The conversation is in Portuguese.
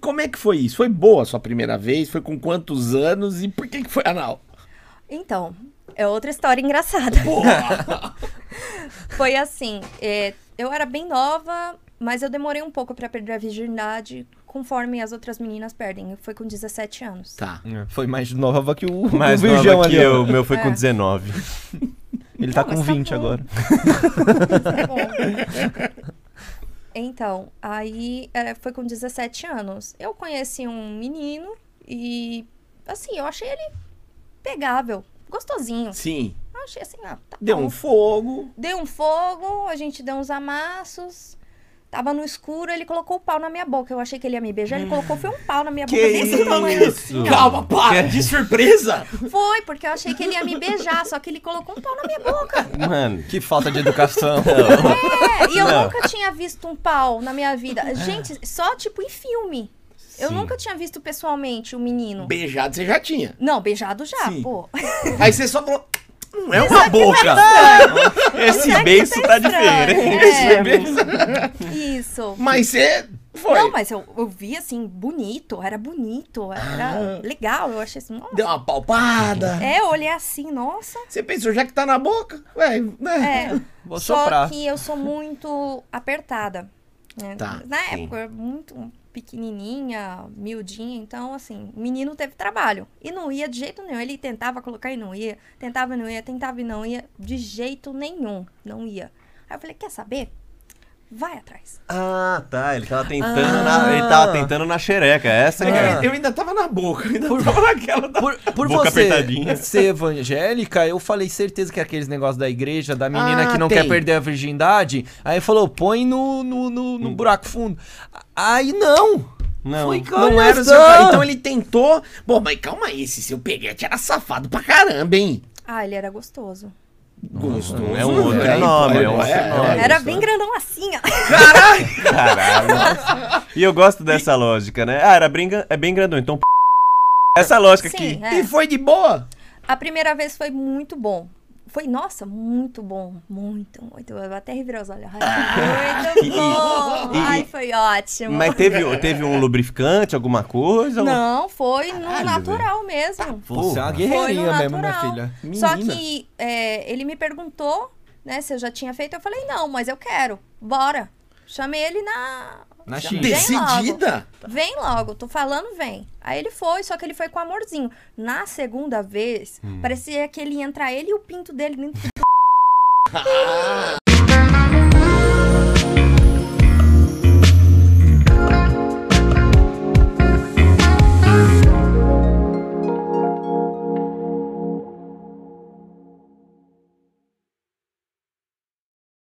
como é que foi isso? Foi boa a sua primeira vez? Foi com quantos anos? E por que, que foi Ah, anal? Então, é outra história engraçada. Porra! Foi assim, é, eu era bem nova, mas eu demorei um pouco pra perder a virgindade, conforme as outras meninas perdem. Foi com 17 anos. tá. Foi mais É. nova que o, Mais o Virgão nova ali. que ó. eu, o meu foi com É. 19. Ele tá Não, com mas tá 20 bom. agora. Tá bom. Então, aí era- foi com 17 anos. Eu conheci um menino e, assim, eu achei ele pegável, gostosinho. Sim. Eu achei assim, ah, tá Deu bom. um fogo. Deu um fogo, a gente deu uns amassos. Tava no escuro, ele colocou o pau na minha boca. Eu achei que ele ia me beijar, ele colocou foi um pau na minha boca desse tamanho. Calma, para! De surpresa! Foi, porque eu achei que ele ia me beijar, só que ele colocou um pau na minha boca. Mano, Que falta de educação. É, e eu Não. nunca tinha visto um pau na minha vida. Gente, só tipo em filme. Eu nunca tinha visto pessoalmente o menino. Beijado você já tinha. Não, beijado já, Sim. pô. Aí você só falou. Não é uma boca! Esse Sexo beijo tá é estranho. diferente. É, uma. isso. Mas você. Foi. Não, mas eu, eu vi assim, bonito, era bonito, era legal. Eu achei assim, nossa. Deu uma palpada. É, eu olhei assim, nossa. Você pensou, já que tá na boca, ué, né? É. Vou Só soprar. que eu sou muito apertada. né? Tá, Na sim. época, eu era muito pequenininha, miudinha. Então, assim, o menino teve trabalho. E não ia de jeito nenhum. Ele tentava colocar e não ia. Tentava e não ia. Tentava e não ia. De jeito nenhum. Não ia. Aí eu falei, quer saber? Vai atrás. Ah, tá. Ele tava tentando, na, ele tava tentando na xereca. Essa que Ah. é. Ah. Eu ainda tava na boca, ainda tava naquela. Da... Por, por Boca você apertadinha. ser evangélica, eu falei certeza que é aqueles negócios da igreja, da menina Ah, que não tem. quer perder a virgindade. Aí falou, põe no, no, no, no buraco fundo. Aí não! Não. Foi calma, Não era o seu. essa- Então ele tentou. Bom, mas calma aí, esse seu peguete era safado pra caramba, hein? Ah, ele era gostoso. Gostoso. é um outro velho. nome, é um Olha, outro nome. era né? bem grandão assim, ó. Caralho. E eu gosto dessa lógica, né? Ah, era bem, gra- é bem grandão. Então, p****. essa lógica aqui. Sim, é. E foi de boa? A primeira vez foi muito bom. Foi, nossa, muito bom. Muito, muito. Eu até revirei os olhos. Ai, foi muito bom. Ah, e- Ai, foi ótimo. Mas teve, teve um lubrificante, alguma coisa? é. Não, foi no Caralho, Ah, natural mesmo. Você é uma Foi no guerreirinha mesmo, né, minha natural. filha. Só Menina. que é, ele me perguntou, né, se eu já tinha feito. Eu falei, não, mas eu quero. Bora. Chamei ele na. Na Chamei- Vem China. logo. Decidida? Tá. Vem logo, tô falando, vem. Aí ele foi, só que ele foi com amorzinho. Na Hum. segunda vez, parecia que ele ia entrar ele e o pinto dele dentro do.